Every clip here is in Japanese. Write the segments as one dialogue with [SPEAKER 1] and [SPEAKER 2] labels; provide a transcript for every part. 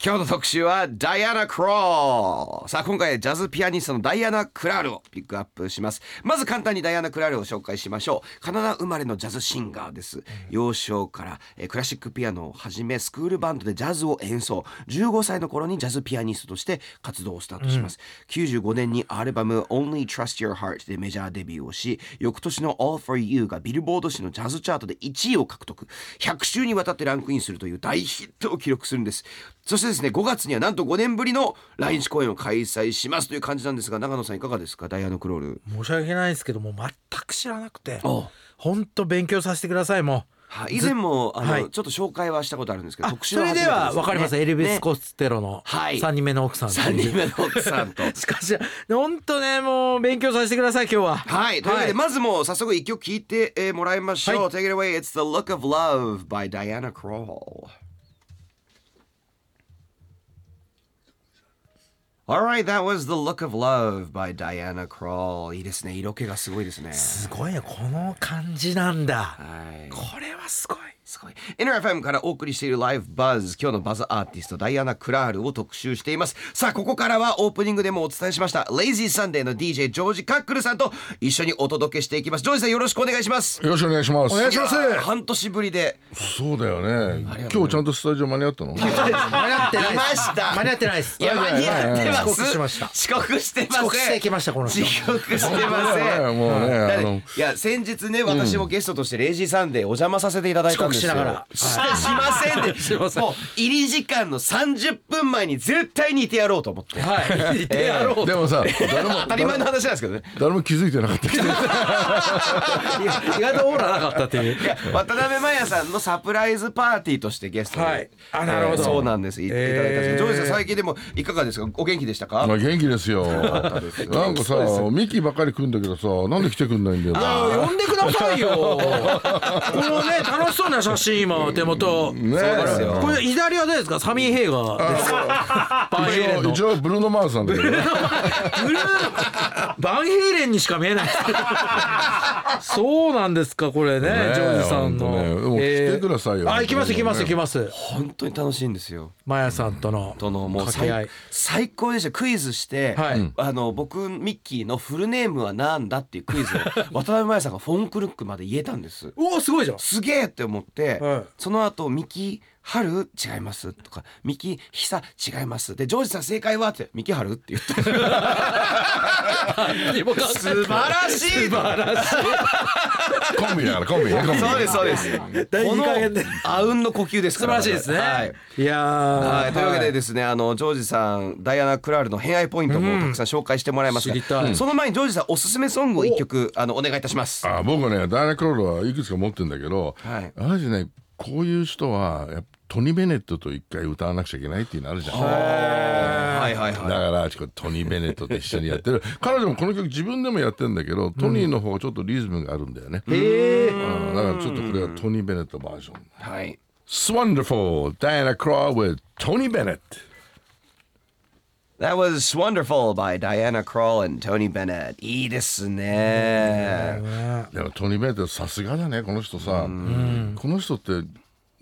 [SPEAKER 1] 今日の特集はダイアナ・クローさあ今回ジャズピアニストのダイアナ・クラールをピックアップしますまず簡単にダイアナ・クラールを紹介しましょうカナダ生まれのジャズシンガーです幼少からえークラシックピアノをはじめスクールバンドでジャズを演奏15歳の頃にジャズピアニストとして活動をスタートします、95年にアルバム「Only Trust Your Heart」でメジャーデビューをし翌年の「All for You」がビルボード誌のジャズチャートで1位を獲得100週にわたってランクインするという大ヒットを記録するんですそしてですね5月にはなんと5年ぶりの来日公演を開催しますという感じなんですが長野さんいかがですかダイアナ・クロール
[SPEAKER 2] 申し訳ないですけどもう全く知らなくて
[SPEAKER 1] おう
[SPEAKER 2] ほんと勉強させてくださいも
[SPEAKER 1] はい以前もあの、
[SPEAKER 2] はい
[SPEAKER 1] ちょっと紹介はしたことあるんですけ
[SPEAKER 2] う
[SPEAKER 1] ど
[SPEAKER 2] あ
[SPEAKER 1] 特集
[SPEAKER 2] そ
[SPEAKER 1] は初め
[SPEAKER 2] れで
[SPEAKER 1] て
[SPEAKER 2] は
[SPEAKER 1] す
[SPEAKER 2] 分かりますエルビス・
[SPEAKER 1] ね
[SPEAKER 2] コステロの
[SPEAKER 1] はい
[SPEAKER 2] 3人目の奥さんとい
[SPEAKER 1] 3
[SPEAKER 2] う
[SPEAKER 1] 人目の奥さんと
[SPEAKER 2] しかし本当ねもう勉強させてください今日は
[SPEAKER 1] はい、というわけで、
[SPEAKER 2] はい
[SPEAKER 1] まずもう早速一曲聴いて、えーもらいましょう。
[SPEAKER 2] は
[SPEAKER 1] Take it away, it's the look of love by Diana Krall. Alright, that was the look of love by Diana Krall. いいですね、色気がすごいですね。
[SPEAKER 2] すごいねこの感じなんだ
[SPEAKER 1] はい。
[SPEAKER 2] これはすごい
[SPEAKER 1] すごい。NRFM からお送りしているライフバズ。今日のバズアーティスト、ダイアナ・クラールを特集しています。さあ、ここからはオープニングでもお伝えしました、レイジーサンデーの DJ、ジョージ・カックルさんと一緒にお届けしていきます。ジョージさん、よろしくお願いします。
[SPEAKER 3] よろしくお願いします。お願いします。
[SPEAKER 1] やー半年ぶりで
[SPEAKER 3] そうだよね。今日ちゃんとスタジオ間に合ったの。
[SPEAKER 2] 間に合ってない
[SPEAKER 1] いました
[SPEAKER 2] 間に合ってないです
[SPEAKER 1] いや間に合ってます
[SPEAKER 2] 遅刻しました
[SPEAKER 1] 遅刻してません
[SPEAKER 2] 遅刻してきましたこの人
[SPEAKER 1] 遅刻してま
[SPEAKER 3] ね
[SPEAKER 1] せん
[SPEAKER 3] もうね、
[SPEAKER 1] だっ
[SPEAKER 3] あ
[SPEAKER 1] て
[SPEAKER 3] の。
[SPEAKER 1] いや先日ね私もゲストとして「レイジーサンデー」お邪魔させていただいたんですよ
[SPEAKER 2] 遅刻しながら
[SPEAKER 1] ししませんで、
[SPEAKER 2] しません
[SPEAKER 1] もう入り時間の30分前に絶対にいてやろうと思って
[SPEAKER 2] はいいてやろう
[SPEAKER 3] でもさ、誰も
[SPEAKER 1] 当たり前の話なんですけ どね
[SPEAKER 3] 誰も気づいてなかった。
[SPEAKER 2] 意外とオーラなかったっていう
[SPEAKER 1] いや渡辺麻也さんのサプライズパーティーとしてゲストで、
[SPEAKER 2] はいあなるほど
[SPEAKER 1] えーそうなんですいただいたんですけど、
[SPEAKER 2] え
[SPEAKER 1] ジョー
[SPEAKER 2] ー
[SPEAKER 1] ジさん最近でもいかがですかお元気でしたか、
[SPEAKER 3] まあ元気ですよ。なんかさ、ミキばっかり来るんだけどさ、なんで来てくんないんだよ。
[SPEAKER 2] 呼んでくださ いよこのね楽しそうな写真今手元
[SPEAKER 3] ね
[SPEAKER 1] すよ
[SPEAKER 3] え。
[SPEAKER 2] これイタリア誰ですかサミー・ヘイガーですかバンヘイレンの
[SPEAKER 3] 一応ブルーノマーズなんだけど。
[SPEAKER 2] ブルーバンヘイレンにしか見えないそうなんですかこれね
[SPEAKER 3] ねえ
[SPEAKER 2] ジョージさん
[SPEAKER 3] ほとねで
[SPEAKER 2] の
[SPEAKER 3] も来
[SPEAKER 2] えー
[SPEAKER 3] てくださいよ。
[SPEAKER 2] あ行きます行きます行きます
[SPEAKER 1] 本当に楽しいんですよ
[SPEAKER 2] マヤさんとの
[SPEAKER 1] とのもう
[SPEAKER 2] 掛け合い
[SPEAKER 1] 最最高でしたクイズして、
[SPEAKER 2] はい
[SPEAKER 1] あの僕ミッキーのフルネームはなんだっていうクイズ を渡辺麻也さんがフォンクルックまで言えたんです
[SPEAKER 2] うおすごいじゃん
[SPEAKER 1] すげえって思って、
[SPEAKER 2] はい
[SPEAKER 1] その後ミキハル違います」とか「ミキヒサ違います」で「ジョージさん正解は?」って「ミキハル?」って言って素 晴らしい
[SPEAKER 3] コンビだからコンビね。コンビ
[SPEAKER 1] そうですそうです
[SPEAKER 2] だいぶいい加減で
[SPEAKER 1] このあうんの呼吸です
[SPEAKER 2] 素晴
[SPEAKER 1] から
[SPEAKER 2] らしいですね、
[SPEAKER 1] はい
[SPEAKER 2] い、やー
[SPEAKER 1] はい、というわけでですね、あのジョージさんダイアナ・クラールの偏愛ポイントもたくさん紹介してもらいますが、
[SPEAKER 2] 知りたい
[SPEAKER 1] その前にジョージさんおすすめソングを一曲あのお願いいたします
[SPEAKER 3] あ僕ねダイアナ・クロールはいくつか持ってるんだけど、
[SPEAKER 1] はい
[SPEAKER 3] マジねこういう人はやっぱトニー・ベネットと一回歌わなくちゃいけないっていうのあるじゃん。
[SPEAKER 1] はいはい
[SPEAKER 3] だからちょっとトニー・ベネットと一緒にやっ てる彼女もこの曲自分でもやってるんだけどトニーの方がちょっとリズムがあるんだよね、うんだからちょっとこれはトニー・ベネットバージョン
[SPEAKER 1] はい
[SPEAKER 3] 「It's Wonderful Diana Craw with Tony Bennett
[SPEAKER 1] That was wonderful by Diana Krall and Tony Bennett いいですね」
[SPEAKER 3] でもトニー・ベネットさすがだねこの人さこの人って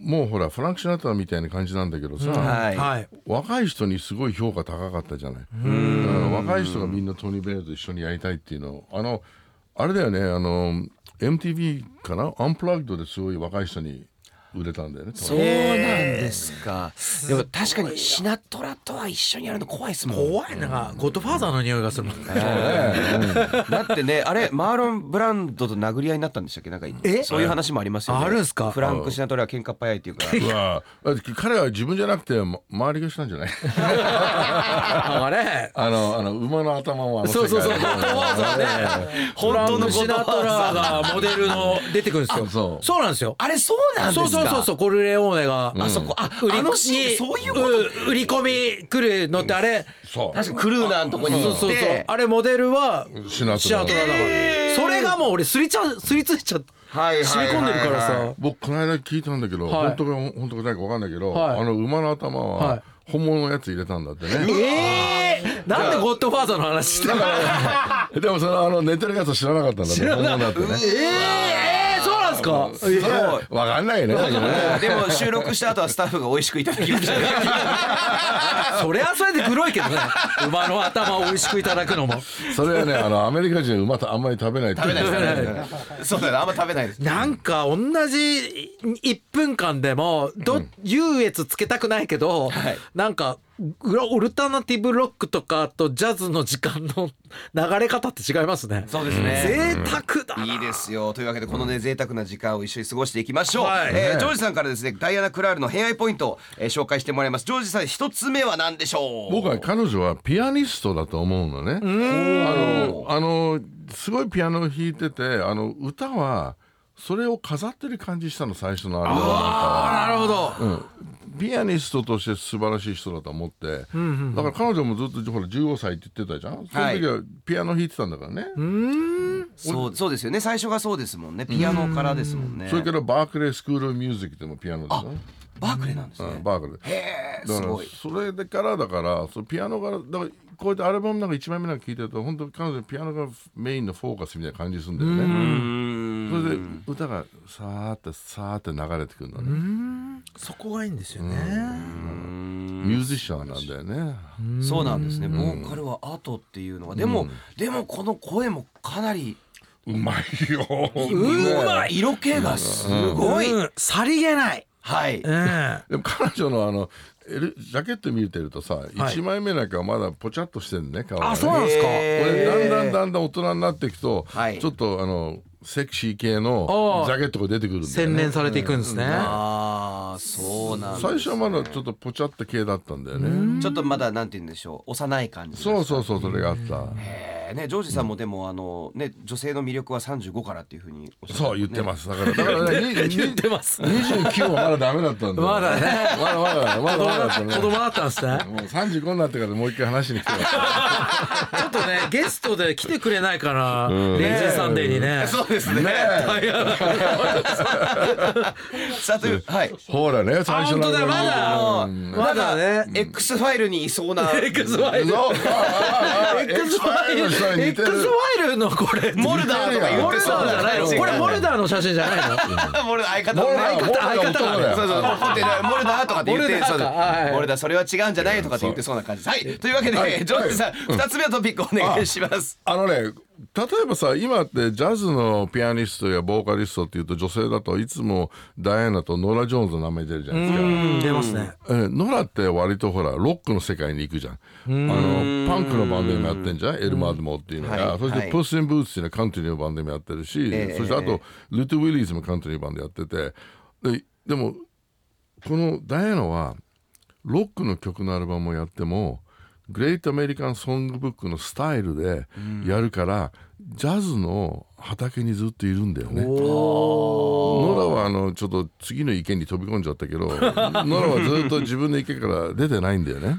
[SPEAKER 3] もうほらフランク・シナトラみたいな感じなんだけどさ、
[SPEAKER 1] はい、
[SPEAKER 2] はい
[SPEAKER 3] 若い人にすごい評価高かったじゃない、うん若い人がみんなトニー・ベネットと一緒にやりたいっていうのあのあれだよねあの MTV かなアンプラグドですごい若い人に売れたんだよね
[SPEAKER 1] そうなんですか、でも確かにシナトラとは一緒にやるの怖いですもん
[SPEAKER 2] 怖いなんかゴッドファーザーの匂いがするもんね
[SPEAKER 1] だってねあれマーロン・ブランドと殴り合いになったんでしたっけなんか
[SPEAKER 2] え
[SPEAKER 1] そういう話もありますよね
[SPEAKER 2] あるんすか
[SPEAKER 1] フランク・シナトラは喧嘩っ早いっていうから
[SPEAKER 3] うわだって彼は自分じゃなくて、ま周りがしたんじゃない
[SPEAKER 2] あれ
[SPEAKER 3] あのあの馬の頭もあの世
[SPEAKER 2] そうそう
[SPEAKER 3] 界
[SPEAKER 2] そうゴッドファーザーね本当のゴッドファーザーシナトラがモデルの出てくるんですよ
[SPEAKER 3] あそう
[SPEAKER 2] そうなんですよ
[SPEAKER 1] あれそうなんですか
[SPEAKER 2] そうそうそうそうコルレオーネが、あそこあ
[SPEAKER 1] あのシーンそういうこと
[SPEAKER 2] 売り込み来るのってあれ、
[SPEAKER 3] そう
[SPEAKER 1] 確かにクルーナーのとこに行
[SPEAKER 2] そ
[SPEAKER 1] っ
[SPEAKER 2] う
[SPEAKER 1] て
[SPEAKER 2] そうそうあれモデルは
[SPEAKER 3] シナトラ
[SPEAKER 2] シナトラだから、それがもう俺すりちゃすりついちゃって
[SPEAKER 1] はいはい
[SPEAKER 2] 染
[SPEAKER 1] はい
[SPEAKER 2] み込んでるからさ、
[SPEAKER 3] 僕この間聞いたんだけど、
[SPEAKER 2] はい
[SPEAKER 3] 本当か本当かないか分かんないけど、
[SPEAKER 2] はい
[SPEAKER 3] あの馬の頭
[SPEAKER 2] は
[SPEAKER 3] はい本物のやつ入れたんだってね、
[SPEAKER 2] ええー、なんでゴッドファーザーの話してんの
[SPEAKER 3] でもそのあの寝てるやつは知らなかったんだね本物だってね
[SPEAKER 2] ええー、そうなんでですかいや
[SPEAKER 1] そう
[SPEAKER 3] わかんないね。だけどね
[SPEAKER 1] でも収録した後はスタッフが美味しくいただきましたね
[SPEAKER 2] それはそれで黒いけどね馬の頭を美味しくいただくのも
[SPEAKER 3] それはね、あのアメリカ人馬とあんまり食べない。食べない
[SPEAKER 1] そうだねあんま食べないです
[SPEAKER 2] なんか同じ1分間でもど、優越つけたくないけど、
[SPEAKER 1] はい
[SPEAKER 2] なんかグロオルタナティブロックとかとジャズの時間の 流れ方って違いますね。
[SPEAKER 1] そうですね
[SPEAKER 2] 贅沢だな、
[SPEAKER 1] いいですよというわけでこのね贅沢な時間を一緒に過ごしていきましょう、
[SPEAKER 2] はい
[SPEAKER 1] えージョージさんからですねダイアナ・クラールの偏愛ポイントを、えー紹介してもらいますジョージさん一つ目は何でしょう
[SPEAKER 3] 僕は彼女はピアニストだと思うのね。あの、あの、すごいピアノを弾いてて、あの歌は。それを飾ってる感じしたの最初のアルバムなんかは
[SPEAKER 2] なるほど、
[SPEAKER 3] ピアニストとして素晴らしい人だと思って、だから彼女もずっとほら15歳って言ってたじゃん、その時はピアノ弾いてたんだからね、
[SPEAKER 1] そうそうですよね最初がそうですもんねピアノからですもんね、
[SPEAKER 3] それからバークレースクールミュージックでもピアノだよ、
[SPEAKER 1] バークレーなんですね、
[SPEAKER 3] うん、バークレー
[SPEAKER 1] へえ
[SPEAKER 3] だ
[SPEAKER 1] す
[SPEAKER 3] から
[SPEAKER 1] ごい
[SPEAKER 3] それでからだからそのピアノからだからこうやってアルバムなんか1枚目なんか聴いてると本当彼女ピアノがメインのフォーカスみたいな感じするんだよ
[SPEAKER 1] う
[SPEAKER 3] ね
[SPEAKER 1] ーん
[SPEAKER 3] それで歌がさーってさーって流れてくるのね
[SPEAKER 2] そこがいいんですよね、
[SPEAKER 3] ミュージシャンなんだよね
[SPEAKER 1] そうなんですねボーカルはアートっていうのがでも、でもこの声もかなり
[SPEAKER 3] うまいよ
[SPEAKER 1] うまい色気がすごい、
[SPEAKER 2] うんさりげない、
[SPEAKER 1] はい
[SPEAKER 2] うん
[SPEAKER 3] でも彼女のあの L ジャケット見てるとさ、1枚目なんかはまだぽちゃっとしてんね顔がね
[SPEAKER 2] あそうなんですか、
[SPEAKER 1] へ
[SPEAKER 3] これだんだ
[SPEAKER 1] え
[SPEAKER 3] んだんだん大人になっていくと、
[SPEAKER 1] はい
[SPEAKER 3] ちょっとあのセクシー系の
[SPEAKER 2] あー
[SPEAKER 3] ジャケットが出てくるんだよ
[SPEAKER 2] 洗練
[SPEAKER 3] ね
[SPEAKER 2] されていくんですね、
[SPEAKER 1] ああそうなんだ
[SPEAKER 3] 最初はまだちょっとポチャった系だったんだよね
[SPEAKER 1] ちょっとまだなんて言うんでしょう幼い感じ
[SPEAKER 3] そう
[SPEAKER 1] う
[SPEAKER 3] そうそうそれがあった
[SPEAKER 1] ねジョージさんもでもあのね女性の魅力は35からっていうふうにおっしゃ
[SPEAKER 3] そう言ってますだからだから ね
[SPEAKER 2] 言ってます
[SPEAKER 3] 29はまだダメだったんだよ
[SPEAKER 2] まだね
[SPEAKER 3] まだまだまだまだだった
[SPEAKER 2] 子供
[SPEAKER 3] ね
[SPEAKER 2] だったんですね
[SPEAKER 3] もう35になってからもう一回話しに来てもらっ た
[SPEAKER 2] ちょっとねゲストで来てくれないかな、レイジーサンデーにね
[SPEAKER 1] そうですね
[SPEAKER 2] 大 変
[SPEAKER 1] さあというはい
[SPEAKER 3] ほらね最
[SPEAKER 2] あ
[SPEAKER 3] 初
[SPEAKER 2] 本当だ
[SPEAKER 3] 頃
[SPEAKER 2] まだまだね
[SPEAKER 1] X ファイルにいそうな
[SPEAKER 2] X ファイル
[SPEAKER 3] そう
[SPEAKER 2] X ファイル
[SPEAKER 3] X ファイル
[SPEAKER 2] X ファイルのこれ
[SPEAKER 1] モルダーとか言
[SPEAKER 2] モ
[SPEAKER 1] っ
[SPEAKER 2] ル
[SPEAKER 1] てそう
[SPEAKER 2] ダーじゃないのこれモルダーの写真じゃないの
[SPEAKER 1] モルダー相方
[SPEAKER 3] モ
[SPEAKER 1] の
[SPEAKER 3] ル
[SPEAKER 1] ね
[SPEAKER 3] ダーモルダ
[SPEAKER 2] 相方
[SPEAKER 3] ー男だよ
[SPEAKER 1] そうそうそうでモルダーとかって言って
[SPEAKER 2] モルダーか
[SPEAKER 1] そう
[SPEAKER 2] は
[SPEAKER 1] だ
[SPEAKER 2] いはい
[SPEAKER 1] モルダーそれは違うんじゃないとかって言ってそうな感じですはいというわけでジョージさん二つ目のトピックお願いします
[SPEAKER 3] あのね例えばさ今ってジャズのピアニストやボーカリストっていうと女性だといつもダイアナとノラ・ジョーンズの名前出るじゃないですか。
[SPEAKER 2] 出ますね
[SPEAKER 3] えーノラって割とほらロックの世界に行くじゃんあのパンクのバンドにもやってんじゃんエル・マードモっていうのが、
[SPEAKER 1] はい
[SPEAKER 3] そし
[SPEAKER 1] は
[SPEAKER 3] て
[SPEAKER 1] い
[SPEAKER 3] プス・イン・ブーツっていうのはカントリーのバンドもやってるし、
[SPEAKER 1] ええ
[SPEAKER 3] そしてあと、ルト・ウィリーズもカントリーバンドやっててででもこのダイアナはロックの曲のアルバムをやってもグレート・アメリカン・ソングブックのスタイルでやるから、ジャズの畑にずっといるんだよね。ノラはあのちょっと次の意見に飛び込んじゃったけど ノラはずっと自分の意見から出てないんだよね。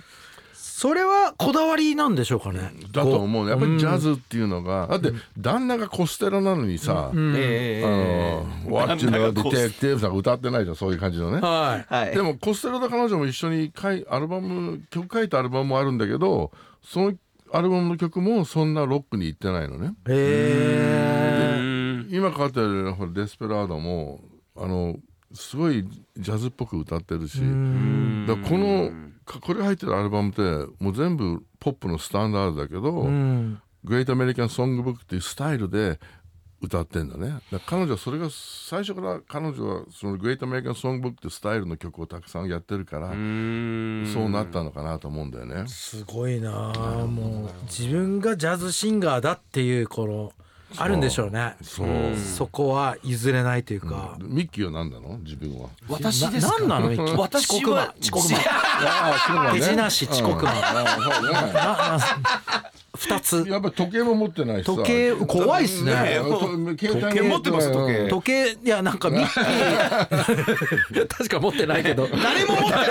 [SPEAKER 2] それはこだわりなんでしょうかね
[SPEAKER 3] だと思うねやっぱりジャズっていうのが、だって旦那がコステラなのにさ「
[SPEAKER 1] ええ
[SPEAKER 3] あの What You Know Detective」なんか歌ってないじゃんそういう感じのね。
[SPEAKER 2] は
[SPEAKER 1] はい
[SPEAKER 3] でもコステラと彼女も一緒に書いアルバム曲書いたアルバムもあるんだけどそのアルバムの曲もそんなロックに行ってないのね。
[SPEAKER 2] いへえ
[SPEAKER 3] 今かかってるほらデスペラードもあのすごいジャズっぽく歌ってるしだからこのかこれ入ってるアルバムってもう全部ポップのスタンダードだけど「グレート・アメリカン・ソングブック」っていうスタイルで歌ってんだねだから彼女はそれが最初から彼女はその「グレート・アメリカン・ソングブック」っていうスタイルの曲をたくさんやってるからそうなったのかなと思うんだよね。
[SPEAKER 2] すごいなあもう自分がジャズシンガーだっていうこのあるんでしょうね
[SPEAKER 3] そう
[SPEAKER 2] そこは譲れないというか
[SPEAKER 3] ミッキーは何なの自分は。
[SPEAKER 1] 私です
[SPEAKER 2] な
[SPEAKER 1] か
[SPEAKER 2] んなのミッキー
[SPEAKER 1] 私
[SPEAKER 2] 遅刻魔
[SPEAKER 1] は
[SPEAKER 2] 遅刻魔手品師遅刻魔二つ
[SPEAKER 3] やっぱり時計も持ってないしさ
[SPEAKER 2] 時計怖いっすね
[SPEAKER 3] え時
[SPEAKER 1] 時計持ってます時計
[SPEAKER 2] 時計いやなんかミッキー確か持ってない けど
[SPEAKER 1] 誰も持ってない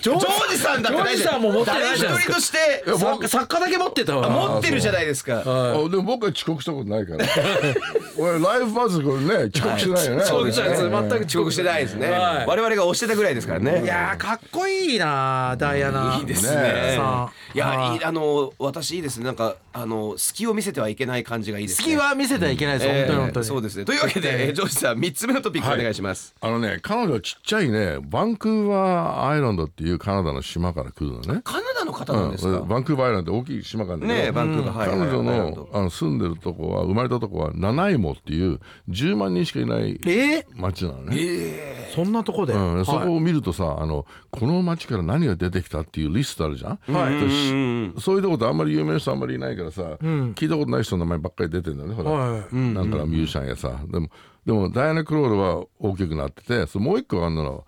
[SPEAKER 1] ジョージさんだってない
[SPEAKER 2] ジョージさんも持ってないじゃな
[SPEAKER 1] 誰一
[SPEAKER 2] いです
[SPEAKER 1] 人
[SPEAKER 2] か
[SPEAKER 1] として
[SPEAKER 2] 作作家だけ持ってたわ
[SPEAKER 1] 持ってるじゃないですか
[SPEAKER 3] あでも僕は遅刻したことないから 俺ライフバズこれね遅刻してないよね、
[SPEAKER 2] そうですね全く
[SPEAKER 1] 遅刻してないですね
[SPEAKER 2] はい
[SPEAKER 1] 我々が押してたぐらいですからね
[SPEAKER 2] いやーかっこいいなダイアナ
[SPEAKER 1] いいです
[SPEAKER 3] ね
[SPEAKER 1] ね
[SPEAKER 2] さあ。
[SPEAKER 1] いや、いい、あの、私いいですね、なんなんかあの隙を見せてはいけない感じがいいですね。
[SPEAKER 2] 隙は見せてはいけないです、
[SPEAKER 1] えー
[SPEAKER 2] 本当に本当に、
[SPEAKER 1] そうですね。というわけで、えージョージさん三つ目のトピックお願いします。
[SPEAKER 3] あのね彼女はちっちゃいねバンクーバーアイランドっていうカナダの島から来るのね
[SPEAKER 1] カナダの方なんですか。
[SPEAKER 3] うんバンクーバーアイランドって大きい島から
[SPEAKER 1] ねえバンクーバーはい
[SPEAKER 3] 彼女
[SPEAKER 1] アイランド
[SPEAKER 3] のあの住んでるとこは生まれたとこはナナイモっていう10万人しかいない
[SPEAKER 2] えー
[SPEAKER 3] 町なのね、
[SPEAKER 2] そんなとこで、
[SPEAKER 3] うん、そこを見るとさ、あのこの町から何が出てきたっていうリストあるじゃん、
[SPEAKER 1] はいうんうん
[SPEAKER 3] で
[SPEAKER 1] うん
[SPEAKER 3] そういうとこってあんまり有名な人あんまりいないからさ、聞いたことない人の名前ばっかり出てんだよねほら、
[SPEAKER 2] はい
[SPEAKER 3] なんかのミュージシャンやさでもでもダイアナ・クロールは大きくなっててそのもう一個あんなの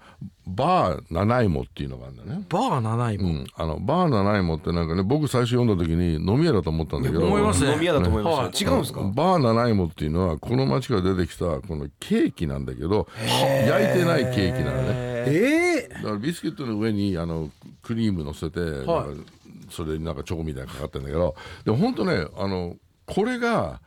[SPEAKER 3] バー・ナナイモっていうのがあるんだよね
[SPEAKER 2] バー7位
[SPEAKER 3] う
[SPEAKER 2] も、
[SPEAKER 3] ん、あのバーナナイモってなんかね僕最初読んだ時に飲み屋だと思ったんだけど
[SPEAKER 2] 思いますね
[SPEAKER 1] 飲み屋だと思いました。違うんですか。
[SPEAKER 3] バーナナイモっていうのはこの町から出てきたこのケーキなんだけど焼いてないケーキなのね
[SPEAKER 2] え
[SPEAKER 3] だからビスケットの上にあのクリーム乗せて、
[SPEAKER 2] はい
[SPEAKER 3] なんかそれになんかチョコみたいなのかかってるんだけどでも本当ねあのこれが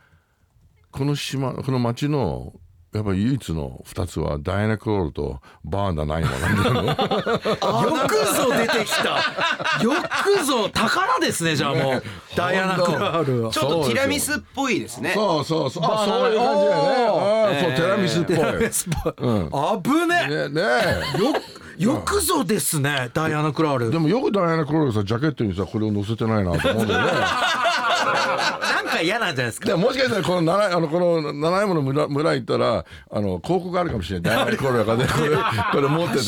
[SPEAKER 3] この島この町のやっぱり唯一の2つはダイアナ・クロールとバーナナイモなん だよね
[SPEAKER 2] ー、よくぞ出てきたよくぞ宝ですねじゃあもうダイアナ・クラールは
[SPEAKER 1] ちょっとティラミスっぽいですね。
[SPEAKER 3] そうそうそう。あ、
[SPEAKER 2] バナナ
[SPEAKER 3] そういう感じだ
[SPEAKER 2] お
[SPEAKER 3] よね。あーそう、
[SPEAKER 1] えー
[SPEAKER 3] テラミスっ ぽい。
[SPEAKER 2] 危ね
[SPEAKER 3] ね、ねえ。
[SPEAKER 2] よよくぞですねダイアナ・クラール
[SPEAKER 3] でもよくダイアナ・クロールさ、ジャケットにさ、これを載せてないなと思うんだよね。
[SPEAKER 2] なんか嫌なんじゃないです
[SPEAKER 3] でももしかしたら、この七重、あの、この七重もの村、村行ったら、あの、広告あるかもしれない。ダイアナ・クロールがね、これ、これ持って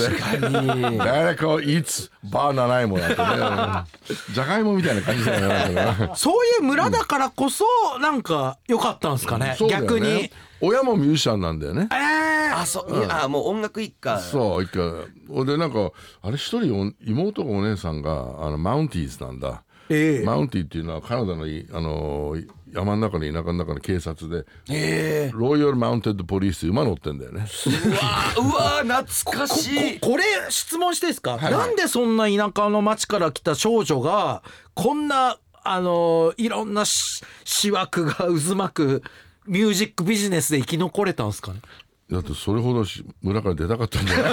[SPEAKER 3] て。ダイアナ・クロール、いつ、バー七重もなんてね。じゃがいもみたいな感じだよねなんかね。
[SPEAKER 2] そういう村だからこそなんか良かったんですかね、
[SPEAKER 3] そうだよね
[SPEAKER 2] 逆に。
[SPEAKER 3] 親もミュージシャンなんだよね。
[SPEAKER 2] えー、
[SPEAKER 1] あ、そう。いやあ、もう音楽一家。
[SPEAKER 3] そう一回ほんでなんかあれ一人お妹かお姉さんがあのマウンティーズなんだ、
[SPEAKER 2] ええ
[SPEAKER 3] マウンティーっていうのはカナダのいあのー山の中の田舎の中の警察で、ロイヤル・マウンテッド・ポリス馬乗ってんだよね
[SPEAKER 1] うわー、懐かしい。
[SPEAKER 2] ここれ質問していいですか、なんでそんな田舎の町から来た少女がこんなあのいろんなししわくが渦巻くミュージックビジネスで生き残れたんですかね
[SPEAKER 3] だってそれほどし村から出たかったんじゃな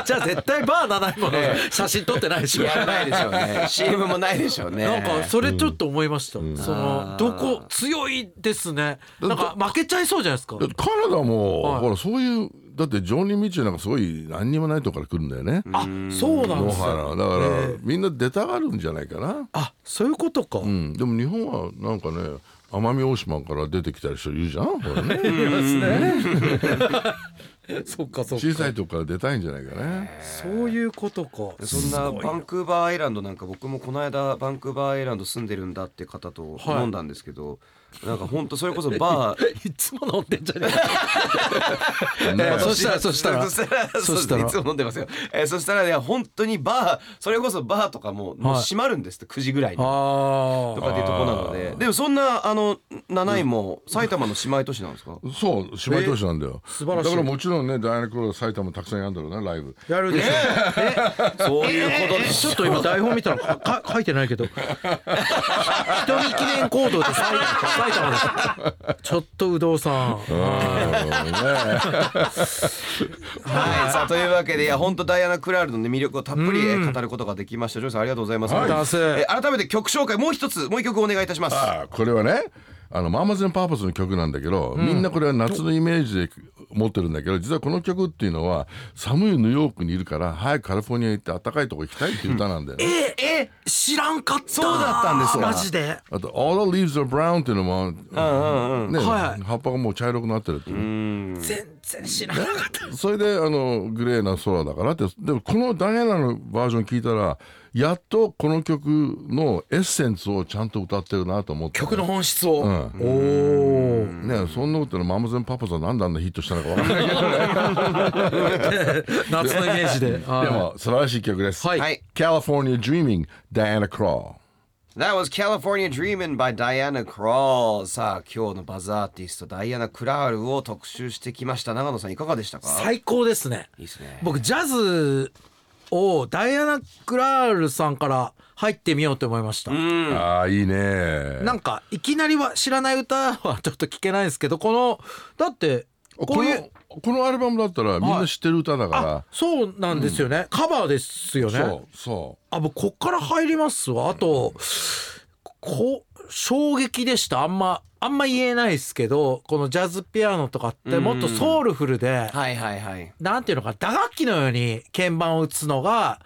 [SPEAKER 3] い
[SPEAKER 2] じゃあ絶対バー7いもの写真撮ってないでしょ
[SPEAKER 1] やらないでしょう ね。CM もないでしょうね。
[SPEAKER 2] なんかそれちょっと思いました、そのどこ強いですねなんか負けちゃいそうじゃないですか
[SPEAKER 3] だってカナダも、
[SPEAKER 2] はい
[SPEAKER 3] ほらそういうだってジョニー・ミッチェルなんかすごい何にもないとこから来るんだよね、
[SPEAKER 2] あそうなん
[SPEAKER 3] 野
[SPEAKER 2] です
[SPEAKER 3] 原
[SPEAKER 2] よ
[SPEAKER 3] だから、
[SPEAKER 2] ええ
[SPEAKER 3] みんな出たがるんじゃないかな
[SPEAKER 2] あそういうことか、
[SPEAKER 3] うん、でも日本はなんかね奄美大島から出てきた人いるじゃん、ほ らね、
[SPEAKER 2] そっかそっ
[SPEAKER 3] 小
[SPEAKER 2] か
[SPEAKER 3] さいとこから出たいんじゃないかね
[SPEAKER 2] そういうことか
[SPEAKER 1] そんなバンクーバーアイランドなんか僕もこの間バンクーバーアイランド住んでるんだって方と
[SPEAKER 2] はい
[SPEAKER 1] 飲んだんですけど、なんか本当それこそバー
[SPEAKER 2] いつも飲んでんじゃねえ
[SPEAKER 3] ね
[SPEAKER 2] かえーそしたらそした
[SPEAKER 1] そ
[SPEAKER 2] ら
[SPEAKER 1] したら
[SPEAKER 2] そした
[SPEAKER 1] そうで
[SPEAKER 2] ら
[SPEAKER 1] すいつも飲んでますよ、えーそしたらね本当にバーそれこそバーとかももう閉まるんですって9時ぐらいに
[SPEAKER 2] あ
[SPEAKER 1] と
[SPEAKER 2] あ
[SPEAKER 1] かっていうとこなのででもそんなあの七位も埼玉の姉妹都市なんですか
[SPEAKER 3] そう芝居投手なんだよ、
[SPEAKER 2] 素晴らしい
[SPEAKER 3] だからもちろんねダイアナ・クロール埼玉たくさんやんだろうねライブ
[SPEAKER 2] やるでしょ、
[SPEAKER 1] そういうこと
[SPEAKER 2] え
[SPEAKER 1] です
[SPEAKER 2] ちょっと今台本見たらかか 書いてないけど人見記念行動で埼埼玉ですちょっと有働さん
[SPEAKER 1] はい、さあというわけでいや本当ダイアナ・クラールの、ね、魅力をたっぷりえー語ることができましたジョージさんありがとうございます、
[SPEAKER 2] はいダンス
[SPEAKER 1] えー改めて曲紹介もう一つもう一曲お願いいたします
[SPEAKER 3] ああこれはねあのマーマズパーパスの曲なんだけど、みんなこれは夏のイメージで持ってるんだけど実はこの曲っていうのは寒いニューヨークにいるから早くカリフォルニア行って暖かいとこ行きたいっていう歌なんだよね、
[SPEAKER 2] ええ知らんかった
[SPEAKER 1] そうだったんですか
[SPEAKER 2] マジで
[SPEAKER 3] あと「All the leaves are brown」っていうのも、ね
[SPEAKER 2] はい
[SPEAKER 3] 葉っぱがもう茶色くなってるっていう
[SPEAKER 2] 全然知らなかった
[SPEAKER 3] それであのグレーな空だからってでもこのダイアナのバージョン聞いたらやっとこの曲のエッセンスをちゃんと歌ってるなと思って
[SPEAKER 2] 曲の本質を、
[SPEAKER 3] ん
[SPEAKER 2] おお
[SPEAKER 3] ねそんなこと言ったらマムゼンパパさんなんであんなヒットしたのかわからないけ
[SPEAKER 2] 夏のイメ
[SPEAKER 3] ど
[SPEAKER 2] ージでで
[SPEAKER 3] でも素晴らしい曲です「
[SPEAKER 2] はい、
[SPEAKER 1] はい、
[SPEAKER 3] California Dreaming」ダイアナ・クロ
[SPEAKER 1] That was California Dreamin' by Diana Krall さあ今日のバズアーティストダイアナ・クラールを特集してきました長野さんいかがでしたか
[SPEAKER 2] 最高ですね
[SPEAKER 1] いいですね
[SPEAKER 2] 僕ジャズをダイアナ・クラールさんから入ってみようと思いました、
[SPEAKER 3] ールああいいね
[SPEAKER 2] なんかいきなりは知らない歌はちょっと聞けないですけどこのだってこ
[SPEAKER 3] こ
[SPEAKER 2] ういう
[SPEAKER 3] のこのアルバムだったらみんな知ってる歌だ
[SPEAKER 2] あ
[SPEAKER 3] か
[SPEAKER 2] そうなんですよね、カバーですよ
[SPEAKER 3] ら、
[SPEAKER 2] ね
[SPEAKER 3] そうそう
[SPEAKER 2] あ僕こっから入りますわあとこう衝撃でしたあんまあんま言えないですけどこのジャズピアノとかってもっとソウルフルで
[SPEAKER 1] はいはいはい
[SPEAKER 2] なんていうのか打楽器のように鍵盤を打つのが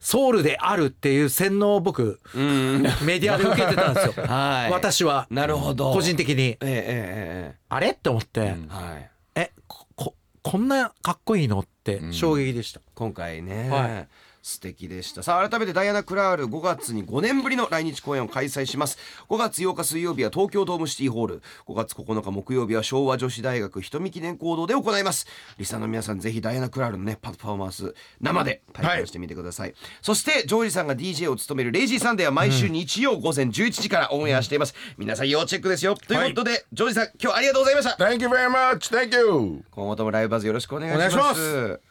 [SPEAKER 2] ソウルであるっていう洗脳を僕
[SPEAKER 1] うん
[SPEAKER 2] メディアで受けてたんですよ
[SPEAKER 1] はい
[SPEAKER 2] 私は
[SPEAKER 1] なるほど
[SPEAKER 2] 個人的に
[SPEAKER 1] ええ
[SPEAKER 2] あれって思って、
[SPEAKER 1] ええええはい
[SPEAKER 2] えこここんなかっこいいのって衝撃でした、
[SPEAKER 1] 今回ね、
[SPEAKER 2] はい
[SPEAKER 1] 素敵でしたさあ改めてダイアナ・クラール5月に5年ぶりの来日公演を開催します5月8日水曜日は東京ドームシティホール5月9日木曜日は昭和女子大学人見記念講堂で行いますリスナーの皆さんぜひダイアナ・クラールのねパフォーマンス生で体験してみてください、そしてジョージさんが DJ を務める「レイジーサンデー」は毎週日曜午前11時からオンエアしています、皆さん要チェックですよということで、ジョージさん今日はありがとうございました
[SPEAKER 3] Thank you very much. Thank you.
[SPEAKER 1] 今後ともライブバズよろしくお願いし
[SPEAKER 2] お願いし
[SPEAKER 1] ま
[SPEAKER 2] ます